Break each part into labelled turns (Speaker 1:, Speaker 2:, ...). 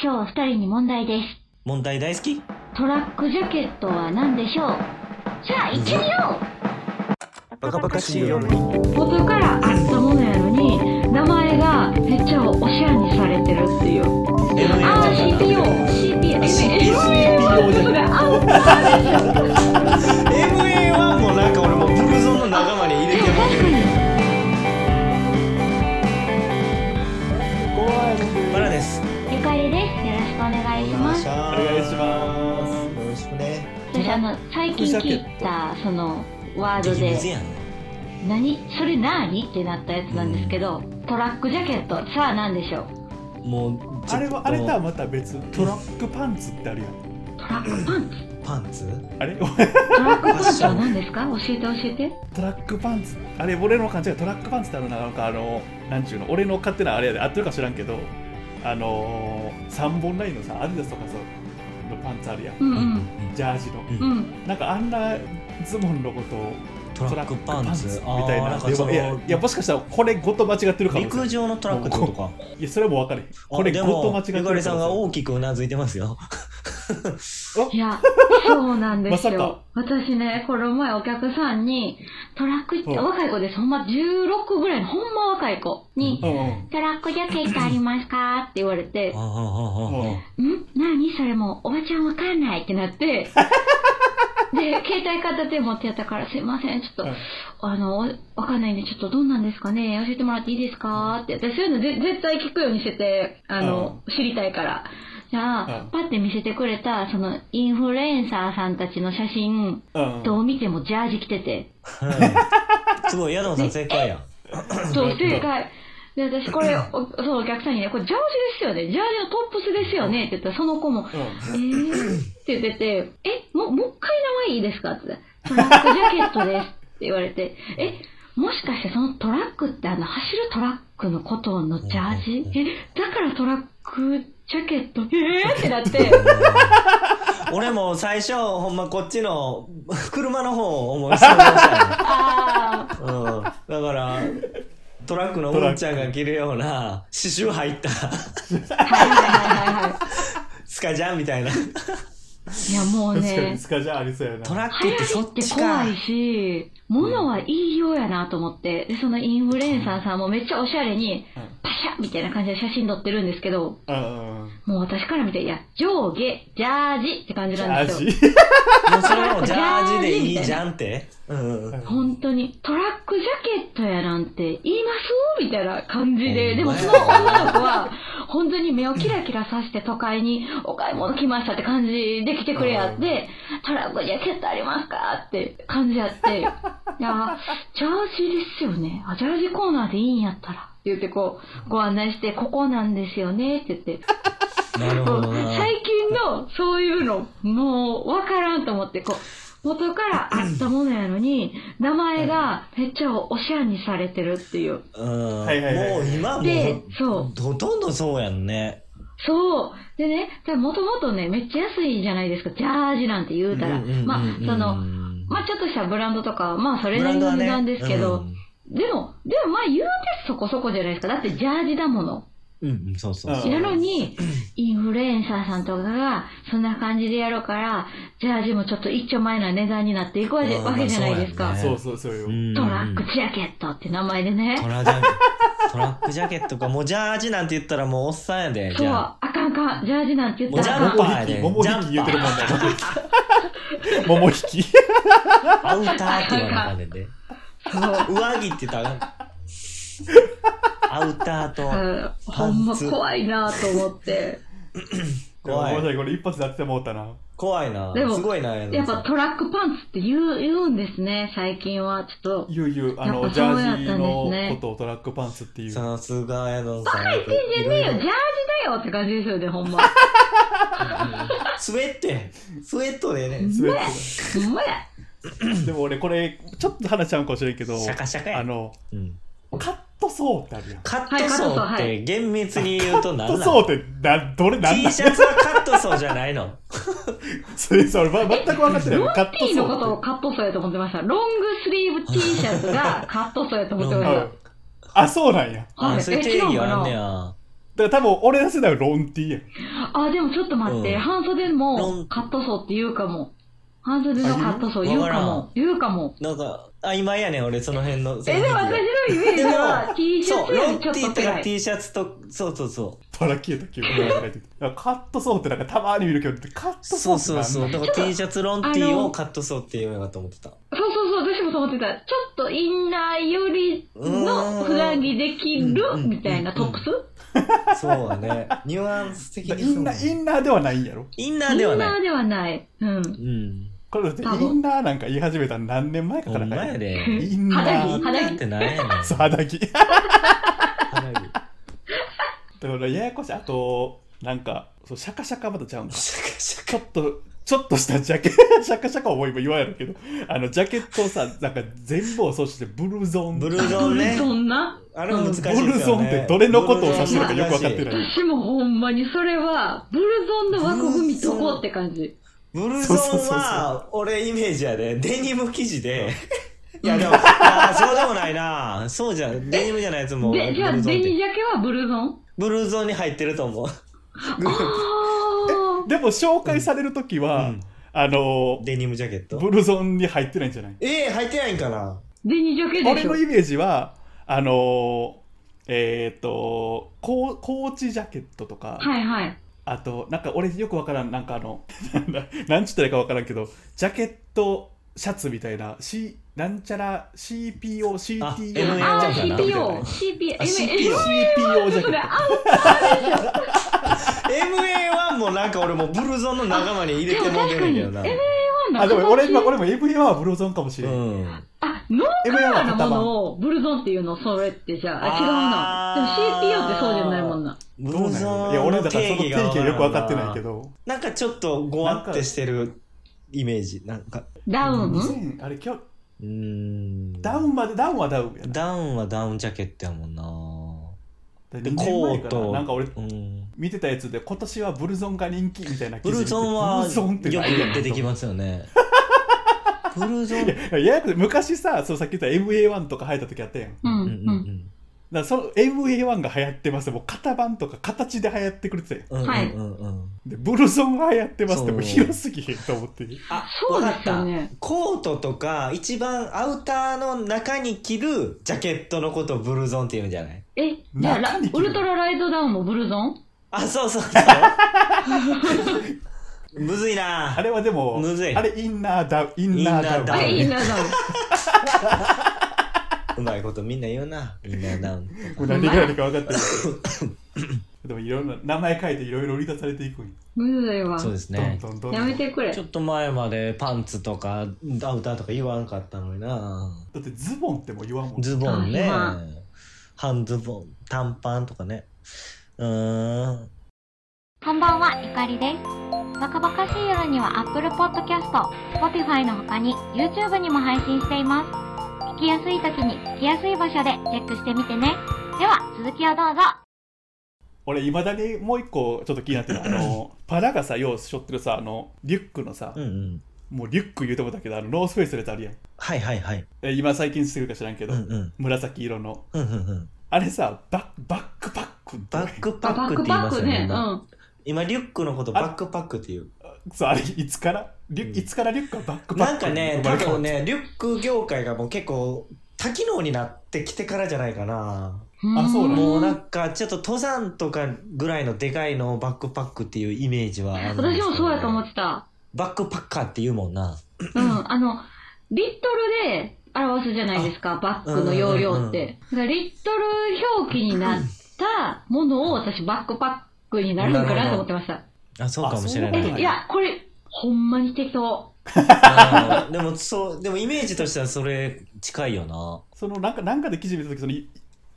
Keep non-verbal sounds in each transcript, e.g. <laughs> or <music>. Speaker 1: 今日は二人に問題です。
Speaker 2: 問題大好き
Speaker 1: トラックジャケットは何でしょうさあ、行ってみよ
Speaker 2: バカバカしいよ
Speaker 1: う元からあったものやのに、名前がめっちゃおしゃれにされてるっていう。あー、CPO、CPO、
Speaker 2: CPO じゃない
Speaker 1: あ
Speaker 2: MA1 もなんか俺もうブルゾンの仲間に入れて
Speaker 1: 確
Speaker 2: も
Speaker 1: かに。
Speaker 2: バラです
Speaker 1: ゆかりです。よろしくお願いします。
Speaker 2: お
Speaker 3: お願いします
Speaker 2: よろしくね
Speaker 1: 私あの最近聞いたそのワード
Speaker 2: 激ムズ
Speaker 1: で
Speaker 2: やん
Speaker 1: 「何それ何?」ってなったやつなんですけどトラックジャケットさあ何でしょう
Speaker 2: もう
Speaker 3: あれはあれとは
Speaker 2: だ
Speaker 3: また別トラックパンツってあるやん
Speaker 1: トラックパンツ
Speaker 2: パンツ
Speaker 3: あれ <laughs>
Speaker 1: トラックパンツは何ですか教えて教えて
Speaker 3: トラックパンツあれ俺の勘違いトラックパンツってあるななんかあのなんちゅうの俺の勝手なあれやで合ってるか知らんけどあのー、3本ラインのさアディダスとかさのパンツあるやん
Speaker 1: うん
Speaker 2: う
Speaker 1: うん
Speaker 3: ジャージの
Speaker 1: うん
Speaker 3: なんかあんなズボンのことを
Speaker 2: トラックパンツ
Speaker 3: トラックパンみたい
Speaker 2: あー
Speaker 3: な
Speaker 2: なんか
Speaker 3: で
Speaker 2: そ
Speaker 3: も
Speaker 2: の
Speaker 3: いやいやもしかしたらこれごと間違ってるかもしれ
Speaker 2: 陸
Speaker 3: ない
Speaker 2: 上のトラックってことか
Speaker 3: いやそれも分かれへんこれ
Speaker 2: あで
Speaker 3: ご
Speaker 2: も
Speaker 3: と間違ってる
Speaker 2: ゆ
Speaker 3: か
Speaker 2: か
Speaker 3: も
Speaker 2: り
Speaker 3: し
Speaker 2: さ
Speaker 3: れ
Speaker 2: んが
Speaker 3: ない
Speaker 2: 大きくうなずいてます
Speaker 3: <laughs>
Speaker 2: よ
Speaker 1: いやそうなんです
Speaker 3: まさ
Speaker 1: よ
Speaker 3: か
Speaker 1: 私ねこの前お客さんにトラック
Speaker 3: うん
Speaker 1: 若い子ですほんま16ぐらいのほんま若い子に
Speaker 3: うんう
Speaker 1: 「
Speaker 3: ん
Speaker 1: トラックジャケットありますか?」って言われて
Speaker 2: ああああああ
Speaker 3: うん
Speaker 1: ん何それもうおばちゃんわかんないってなってで携帯片手持ってやったからすいませんちょっと、
Speaker 3: はい
Speaker 1: あのわかんないんでちょっとどんなんですかね教えてもらっていいですかって私そういうのぜ絶対聞くようにしててあの、知りたいからじゃあ、
Speaker 3: うん
Speaker 1: パッて見せてくれたそのインフルエンサーさんたちの写真
Speaker 3: うん
Speaker 1: どう見てもジャージ着てて
Speaker 2: うんすごい、ヤドンさん正解やん。
Speaker 1: そう正解で私これおそうお客さんにねこれジャージですよねジャージのトップスですよねって言ったらその子も
Speaker 3: うん
Speaker 1: えーって言ってて、え、もう、もう一回名前いいですかって言ったら、トラックジャケットですって言われて、え、もしかしてそのトラックってあの走るトラックのことのジャージ
Speaker 2: うん
Speaker 1: え、だからトラックジャケットえーってな
Speaker 2: <laughs>
Speaker 1: って、
Speaker 2: 俺も最初、ほんまこっちの車の方を思い浮かべました
Speaker 1: あー、
Speaker 2: よ、うん。だから、トラックのうんちゃんが着るような、刺繍入った、
Speaker 1: はいはいはいは
Speaker 2: スカジャンみたいな。
Speaker 1: い。いやもう
Speaker 3: 確かに
Speaker 1: ね、
Speaker 3: スカジャンありそうやな
Speaker 2: トラック
Speaker 1: 流
Speaker 2: ってそ
Speaker 1: 行
Speaker 2: っ
Speaker 1: って
Speaker 2: ちか
Speaker 1: 怖。いし、物は言いようやなと思って、で、そのインフルエンサーさんもめっちゃおしゃれに、パシャみたいな感じで写真撮ってるんですけど、
Speaker 3: うんうん
Speaker 1: もう私から見て、いや、上下、ジャージって感じなんですよ。
Speaker 3: ジャージ
Speaker 2: もうそれはもうジャージでいいじゃんって。うん。
Speaker 1: 本当に、トラックジャケットやなんて言いますみたいな感じで、で
Speaker 2: ほ
Speaker 1: も
Speaker 2: んまや
Speaker 1: その女の子は、本当に目をキラキラさして都会にお買い物来ましたって感じで来てくれやって、トラックジャケットありますかって感じやって、いや、ジャージですよね。あ、ジャージコーナーでいいんやったら。って言ってこう、ご案内して、ここなんですよねって言って、
Speaker 2: なる
Speaker 1: こ
Speaker 2: ほ
Speaker 1: う
Speaker 2: どな。
Speaker 1: 最近のそういうのもう分からんと思ってこう元からあったものやのに名前がめっちゃおしゃれにされてるっていう
Speaker 2: うん。
Speaker 3: はいはいはい
Speaker 2: もう今
Speaker 1: で
Speaker 2: も
Speaker 1: そう
Speaker 2: う、ほとんどそうやんね。
Speaker 1: そうでねもともとねめっちゃ安いじゃないですかジャージなんて言うたら
Speaker 2: うんうんうんうん
Speaker 1: まあそのまあちょっとしたブランドとかはまあそれなりの値段ですけど、、でもでもまあ言うてそこそこじゃないですかだってジャージだもの
Speaker 2: ブランドはねうんうん、うんそうそうそう。
Speaker 1: なのに、インフルエンサーさんとかが、そんな感じでやろうから、ジャージもちょっと一丁前な値段になっていくわけ
Speaker 2: うん
Speaker 1: わけじゃないですか。
Speaker 2: まあ
Speaker 3: そうそうそうよ、
Speaker 2: うん
Speaker 1: トラックジャケットって名前でね。
Speaker 2: トラジャントラックジャケットかもうジャージなんて言ったらもうおっさんやで
Speaker 1: そ
Speaker 2: じ
Speaker 1: う、
Speaker 2: ゃあ
Speaker 1: あかんあかん、ジャージなんて言った
Speaker 2: も
Speaker 1: ら
Speaker 2: うジャンパ
Speaker 1: あ
Speaker 2: ー
Speaker 3: 桃引き桃引き言うてるもんだ桃引き
Speaker 2: アウターって言わなあかんねんで
Speaker 1: かん、そう。
Speaker 2: 上着って言ったらあかんアウターと
Speaker 1: うんほんま怖いなと思って。
Speaker 3: <laughs>
Speaker 2: 怖
Speaker 3: ごめんないさいこれ一発で当ててもうたな
Speaker 2: 怖いな
Speaker 1: でも
Speaker 2: すごいなや
Speaker 1: やっぱトラックパンツって言う言うんですね、最近は。ちょっと。
Speaker 3: ゆうゆうあ
Speaker 1: や
Speaker 3: の
Speaker 1: っぱ
Speaker 3: ジ
Speaker 1: そう
Speaker 3: ャ
Speaker 1: やったん
Speaker 3: ー
Speaker 1: ですね
Speaker 3: ジのことをトラックパンツっていう
Speaker 2: さすがやの
Speaker 1: バ
Speaker 2: さん
Speaker 1: カ言ってんじゃねえよ、ジャージだよって感じですよね、ほんま。
Speaker 2: スウェットやスウェットでね
Speaker 3: スウェッ
Speaker 1: ほんまや。
Speaker 3: トでも俺これちょっと話しちゃうかもしれんけど
Speaker 2: シャカシャカや
Speaker 3: あの
Speaker 2: うん
Speaker 3: カットソーってあるやんカ
Speaker 2: カットソーっ
Speaker 1: は
Speaker 2: て
Speaker 1: い
Speaker 2: 厳密に言うと何
Speaker 3: ット
Speaker 2: な
Speaker 3: ソー
Speaker 2: の
Speaker 3: ってなどれなんな
Speaker 2: T
Speaker 3: ん
Speaker 2: シャツはカットソーじゃないの
Speaker 3: それそれま全く分かってない
Speaker 1: ロン
Speaker 3: カット
Speaker 1: T のこと
Speaker 3: ソー
Speaker 1: を
Speaker 3: って
Speaker 1: カットソーやと思ってました。ロングスリーブ T シャツがカットソーやと思ってま
Speaker 2: カ
Speaker 1: し
Speaker 2: ッ
Speaker 3: う
Speaker 1: た
Speaker 3: ん。あそうなんや
Speaker 1: はい
Speaker 2: あそういう定義はあんねや
Speaker 3: だから多分俺ら世代はロンティーやん。
Speaker 1: あ、でもちょっと待って、
Speaker 2: うん
Speaker 1: 半袖
Speaker 2: ロ
Speaker 1: も
Speaker 2: ン
Speaker 1: カットソーって言うかも。半袖のカットソー言うかも。言うかも。
Speaker 2: なんか、曖昧やねん、俺、その辺の。
Speaker 1: え、でも私のイメージは T シャ
Speaker 2: そ
Speaker 1: ツ
Speaker 2: う、
Speaker 1: よ
Speaker 2: ロ
Speaker 1: り
Speaker 2: ン
Speaker 1: ちょ
Speaker 2: テ
Speaker 1: っ
Speaker 2: ィ
Speaker 1: と
Speaker 2: ーと
Speaker 1: 高
Speaker 2: か
Speaker 1: い。
Speaker 2: T シャツと、そうそうそ
Speaker 3: バラ消えた記憶がてきた。カットソーってなんかたまに見るけど、カッ
Speaker 2: う。
Speaker 3: ト
Speaker 2: そ
Speaker 3: ソー
Speaker 2: う
Speaker 3: って
Speaker 2: そうそう。だから T シャツロンティーをカットソーって言うのかと思ってた。
Speaker 1: そうそうそう、私もそう思ってた。ちょっとインナーよりの普段着でき
Speaker 2: う
Speaker 1: る
Speaker 2: ん
Speaker 1: みたいなトップス
Speaker 2: そうだね。ニュアンス的
Speaker 3: なん
Speaker 2: にそ
Speaker 3: イ
Speaker 2: う
Speaker 3: ンナー、インナーではないんやろ
Speaker 2: インナ
Speaker 1: イ
Speaker 2: ー
Speaker 1: ン
Speaker 2: で
Speaker 1: ナ
Speaker 2: はない。
Speaker 1: ーではない。うん。
Speaker 2: うん。
Speaker 3: これだって
Speaker 1: 多
Speaker 3: イ
Speaker 1: 分
Speaker 3: ンナーなんか言い始めたの何年前か
Speaker 2: ほ
Speaker 3: から
Speaker 2: んま
Speaker 3: か
Speaker 2: や
Speaker 3: ね。
Speaker 2: で。
Speaker 3: インナ
Speaker 1: 肌
Speaker 3: ー
Speaker 1: 着、。
Speaker 2: インナ
Speaker 1: 肌
Speaker 2: ーっ
Speaker 1: 着。
Speaker 2: てなんやねん。
Speaker 3: そう、肌着。
Speaker 2: 肌着
Speaker 3: だからややこしい。あと、なんか、そうシャカシャカまたちゃうんか。
Speaker 2: シャカシャカ
Speaker 3: ちょっと、ちょっとしたジャケ <laughs> シャカシャカ思いも言わんやるけど、あの、ジャケットをさ、なんか全部をそしてブルーゾーン。
Speaker 2: ブルーゾーンね。
Speaker 1: そんな
Speaker 2: あれも難しいです
Speaker 3: ブ
Speaker 2: よね。
Speaker 3: ルゾーンってどれのことを指してるかよく分かってない。
Speaker 1: 私もほんまにそれは、ブルゾンの枠組みどこって感じ。
Speaker 2: ブルゾン
Speaker 3: そうそうそうそ
Speaker 2: は、俺イメージやで、デニム生地で、いやで <laughs> も、あーそうでもないなそうじゃん、デニムじゃないやつも、ブ
Speaker 1: で、
Speaker 2: ル
Speaker 1: じゃあ、
Speaker 2: ゾンっ
Speaker 1: デニジ
Speaker 2: て。
Speaker 1: ャケはブルゾン
Speaker 2: ブルゾンに入ってると思う。
Speaker 1: あ
Speaker 3: でも紹介されるときは、
Speaker 2: うん
Speaker 3: あの、
Speaker 2: デニムジャケット
Speaker 3: ブ。ルゾーンに入ってないんじゃない
Speaker 2: えー、入ってないんかな
Speaker 1: ーデニジャケで
Speaker 3: 俺
Speaker 1: しょ
Speaker 3: のイメージは、あの、えっ、とコー、コーチジャケットとか、
Speaker 1: はいはい。
Speaker 3: あと、なんか俺よくわからん、なんかあの、 <laughs> なんだなんちゅったらいいかわからんけど、ジャケット、シャツみたいな、C、なんちゃら CPO、
Speaker 2: あ
Speaker 3: CTO ジ
Speaker 2: MAO
Speaker 3: ャ
Speaker 1: あ
Speaker 2: み
Speaker 3: ケ
Speaker 2: たい
Speaker 3: ッ
Speaker 1: ー、
Speaker 2: な
Speaker 3: トみたい
Speaker 1: CPO CPO、
Speaker 3: な。、
Speaker 2: あ
Speaker 1: MA、
Speaker 3: CPO ジャケ
Speaker 1: それ、
Speaker 3: ッ
Speaker 1: あ
Speaker 2: ?MA1 もなんか俺もうブルゾンの仲間に入れてもうてるんやけどな。
Speaker 1: でも
Speaker 3: ト。
Speaker 1: な
Speaker 3: あ、
Speaker 1: んだ
Speaker 3: でも俺今、俺も MA はブルゾーンかもし
Speaker 2: う
Speaker 3: れん。
Speaker 2: ん。
Speaker 1: あ、ノーカ
Speaker 3: MA は
Speaker 1: ラー
Speaker 3: 型
Speaker 1: の
Speaker 3: 番
Speaker 1: ものをブルゾンっていうの、それってじゃあ、あ違う
Speaker 2: あー
Speaker 1: な。でも CPO ってそうじゃないもんな。
Speaker 2: ブ
Speaker 3: どう
Speaker 2: ル
Speaker 3: なん
Speaker 2: ゾ
Speaker 3: や
Speaker 2: ン
Speaker 3: ろ
Speaker 2: の
Speaker 3: いや、俺だからその定
Speaker 2: 定義が
Speaker 3: 義がよくわかってないけ
Speaker 2: ど。
Speaker 3: ど。
Speaker 2: なんかちょっとごわってしてるイメージ。なんか、
Speaker 1: ダウン
Speaker 3: 2000あれ今日
Speaker 2: うーん。
Speaker 3: ダウンまでダウンはダウンやな
Speaker 2: ダウンはダウンジャケットやもんな
Speaker 3: で
Speaker 2: で
Speaker 3: 2年
Speaker 2: コ
Speaker 3: 前
Speaker 2: ー
Speaker 3: かな
Speaker 2: ト
Speaker 3: なんか俺
Speaker 2: うん、
Speaker 3: 見てたやつで今年はブルゾンが人気みたいな記
Speaker 2: ブ
Speaker 3: 事
Speaker 2: ルゾン
Speaker 3: ブ
Speaker 2: は
Speaker 3: ルゾンって
Speaker 2: よく出てき
Speaker 3: す
Speaker 2: ますよ <laughs> ねブルゾン
Speaker 3: やややこしい昔さそうさっき言った MA1 とか流行った時あったやんだか
Speaker 1: うんう
Speaker 2: うん
Speaker 1: ん。
Speaker 3: らその MA1 が流行ってますもう型番とか形で流行ってくれてた
Speaker 2: う
Speaker 3: やん
Speaker 2: んうん
Speaker 1: はい
Speaker 2: うんうん
Speaker 3: でブルゾンが流行ってますって
Speaker 2: そう
Speaker 3: もう広すぎへんと思って
Speaker 2: あ
Speaker 1: そう
Speaker 2: わ
Speaker 1: で
Speaker 2: かっ
Speaker 1: すよ
Speaker 2: た
Speaker 1: ね。
Speaker 2: コートとか一番アウターの中に着るジャケットのことをブルゾンって言うんじゃない
Speaker 1: え、じゃあラ
Speaker 3: 中に、着
Speaker 1: ウ
Speaker 3: る
Speaker 1: ルトラライトダウンもブルゾン
Speaker 2: あそうそう <laughs> そうむずいな
Speaker 3: あれはでも
Speaker 2: むずい
Speaker 3: あれインナーダウンインナーダウン
Speaker 2: インナーダ
Speaker 1: あ、
Speaker 2: ウン
Speaker 1: いいな、ダウン。
Speaker 2: うまいことみんな言うなみんなダウン
Speaker 3: もう何が何か分かってるでもいろんな名前書いていろいろ売り出されていくんよ
Speaker 1: むずいわ。
Speaker 2: そうです
Speaker 3: どん
Speaker 2: ね
Speaker 3: どんどんどん
Speaker 1: やめてくれ
Speaker 2: ちょ。っと前までパンツとかアウターとか言わんかったのにな
Speaker 3: だってズボンってもう言わんもん
Speaker 2: ズボン
Speaker 1: あ
Speaker 2: ね
Speaker 1: ま。
Speaker 2: 半ズボン、短パンとかね。うーん。
Speaker 4: こんばんは、ゆかりです。バカバカしい夜には Apple Podcast、Spotify の他に YouTube にも配信しています。聞きやすい時に聞きやすい場所でチェックしてみてね。では、続きをどうぞ。
Speaker 3: 俺いまだにもう一個ちょっと気になってるあのパラがさようしょってるさあのリュックのさ、
Speaker 2: うんうん。
Speaker 3: もうリュック言うてもだけどあのノースフェイスのやつあるやん
Speaker 2: はいはいはい。
Speaker 3: え今最近してるか知らんけ
Speaker 2: う
Speaker 3: ど、
Speaker 2: んうん。
Speaker 3: 紫色の
Speaker 2: うんうんうん。
Speaker 3: あれさバッバックパックって
Speaker 2: バックパ
Speaker 1: あ、バ
Speaker 2: ッ
Speaker 1: ッ
Speaker 2: ク
Speaker 1: ク
Speaker 2: って言い
Speaker 1: パッ
Speaker 2: ます
Speaker 1: ク
Speaker 2: よね。
Speaker 1: ね。う
Speaker 2: 今
Speaker 1: ん。
Speaker 2: 今リュックのことバックパックっていう。
Speaker 3: そうあれいつからリュ、
Speaker 2: うん
Speaker 3: いつからリュックはバックパック
Speaker 2: なんかね、
Speaker 3: 生ま
Speaker 2: 多
Speaker 3: れ変わ
Speaker 2: 分
Speaker 3: った
Speaker 2: ね、リュック業界がもう結構多機能になってきてからじゃないかな。
Speaker 3: あそうなの
Speaker 2: もうなんかちょっと登山とかぐらいのでかいのをバックパックっていうイメージはあるんですけ
Speaker 1: 私
Speaker 2: ど
Speaker 1: もそうやと思ってた。
Speaker 2: バックパッカーって言うもんな。
Speaker 1: うん、あの、リットルで表すじゃないですか、バッグの容量って。だからリットル表記になったものを私バックパックになるのかなと思ってました。
Speaker 2: あ、そうかもしれ
Speaker 3: な
Speaker 2: な
Speaker 3: る
Speaker 2: い
Speaker 3: ほどあ。
Speaker 1: えいや、これ、ほんまに適当。
Speaker 2: あーでもそうでもイメージとしてはそれ近いよな
Speaker 3: そのなんかなんかで記事見た時そのい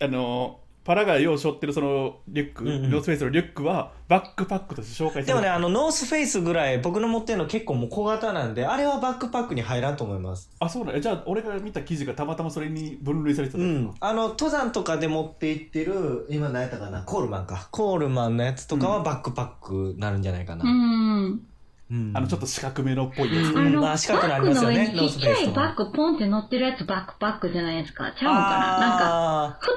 Speaker 3: あのパラがようしょってるそのリュック、
Speaker 2: うんうん
Speaker 3: ノースフェイスのリュックはバックパックとして紹介されて
Speaker 2: でもねあのノースフェイスぐらい僕の持ってるの結構もう小型なんであれはバックパックに入らんと思います
Speaker 3: あそうなんやじゃあ俺が見た記事がたまたまそれに分類されてた
Speaker 2: う
Speaker 3: だけか
Speaker 2: んあの登山とかで持って行ってる今何やったかなコールマンかコールマンのやつとか
Speaker 3: う
Speaker 2: は
Speaker 3: ん
Speaker 2: バックパックなるんじゃないかな
Speaker 1: う、ん。
Speaker 2: うん
Speaker 3: あのちょっと四角めのっぽいやつ、
Speaker 2: う
Speaker 1: あ
Speaker 2: ん
Speaker 1: の、
Speaker 2: ま
Speaker 1: バ
Speaker 2: あ四角な
Speaker 1: ッ
Speaker 2: り
Speaker 1: グ
Speaker 2: ます
Speaker 1: の
Speaker 2: よ
Speaker 1: 上
Speaker 2: ね
Speaker 1: にちっちゃ
Speaker 2: ノースフェイスと
Speaker 1: い
Speaker 2: か
Speaker 1: バッグポンって乗ってるやつバックパックじゃないですか。ちゃうのかななんか、
Speaker 2: あ
Speaker 1: 蓋、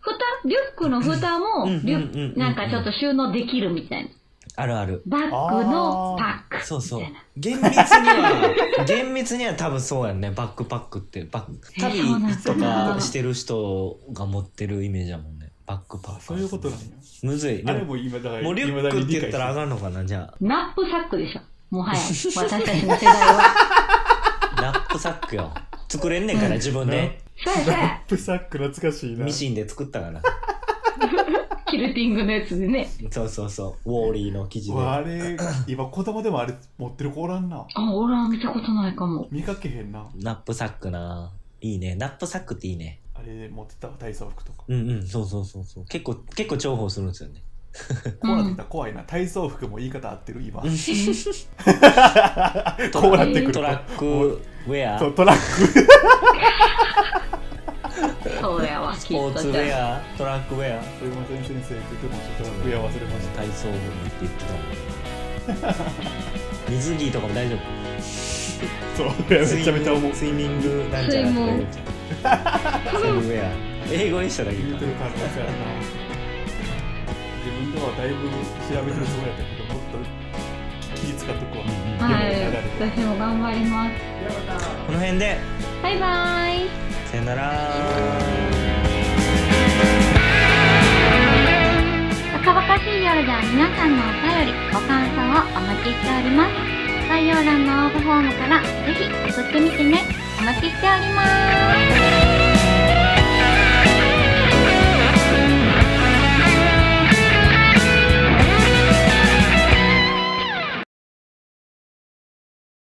Speaker 1: 蓋リュックの蓋も、
Speaker 2: うんうん
Speaker 1: リ
Speaker 2: うんうん
Speaker 1: ュ
Speaker 2: う
Speaker 1: ッ
Speaker 2: ん
Speaker 1: ク、なんかちょっと収納できるみたいな。
Speaker 2: あるある。
Speaker 1: バッグのパック。
Speaker 2: そうそう
Speaker 1: みたいな。
Speaker 2: 厳密には、厳密には多分そうやんね。バックパックって、バック、
Speaker 1: えーそうなん
Speaker 2: 旅
Speaker 1: だ
Speaker 2: とかしてる人が持ってるイメージやもんね。バックパッ
Speaker 3: あ
Speaker 2: ク。
Speaker 3: そういうことなんや
Speaker 2: むずい。
Speaker 3: あれ
Speaker 2: でも
Speaker 3: も今だから
Speaker 2: もうリュックって言ったらあ
Speaker 3: ん
Speaker 2: かんのかな、じゃ
Speaker 1: ナップサックでしょ。も
Speaker 2: <laughs>
Speaker 1: はや、私たちの世代は。
Speaker 2: あ。ラップサックよ。作れんねんから、自分で。
Speaker 1: そうやそうや
Speaker 3: ラ。ップサック懐かしいな
Speaker 2: ミシンで作ったから。
Speaker 1: キルティングのやつでね。
Speaker 2: そうそうそう。ウォーリーの生地
Speaker 3: う
Speaker 2: で。
Speaker 3: わあれ今子供でもあれ持ってる子おらんな
Speaker 1: あ、俺は見たことないか
Speaker 2: <laughs>
Speaker 1: も。
Speaker 3: 見かけへんな
Speaker 2: ナップサックな。いいね。ナップサックっていいね。
Speaker 3: あれ持ってた体操服とか
Speaker 2: うんうん、そうそうそうそう。結構、結構重宝するんですよ
Speaker 3: <laughs>
Speaker 2: ね。
Speaker 1: う
Speaker 3: こうなってき
Speaker 1: ん
Speaker 3: た、怖いな体操服も言い方合ってる今こ
Speaker 2: ト
Speaker 3: うなってくる
Speaker 2: トラックウェ
Speaker 3: そう
Speaker 2: ア、
Speaker 3: トラック
Speaker 1: そうやわ、
Speaker 2: ス
Speaker 1: きっ
Speaker 2: ポー
Speaker 1: と
Speaker 2: ツウェア、トラックウェア、
Speaker 3: すいません先生って言ってましたトラックウェア忘れました
Speaker 2: 体操服って言ってたも
Speaker 3: <laughs>
Speaker 2: ん。水着とかも大丈夫。
Speaker 3: そうめちゃめちゃ思う
Speaker 2: スイミングなんちゃらとか言うじ <laughs> ゃん。
Speaker 3: <laughs>
Speaker 2: スイムウェア。英語にしただけ
Speaker 3: 言うてる
Speaker 2: か。
Speaker 3: 感じやな自分ではだいぶ調べてるつもりやったけどもっと気使っとこう
Speaker 1: はい、私も頑張ります。
Speaker 2: この辺で、
Speaker 4: バイバイ
Speaker 2: さよなら。
Speaker 4: 若々しい夜では皆さんのお便り、ご感想をお待ちしております。概要欄の応募フォームからぜひ送ってみてね。お待ちしております。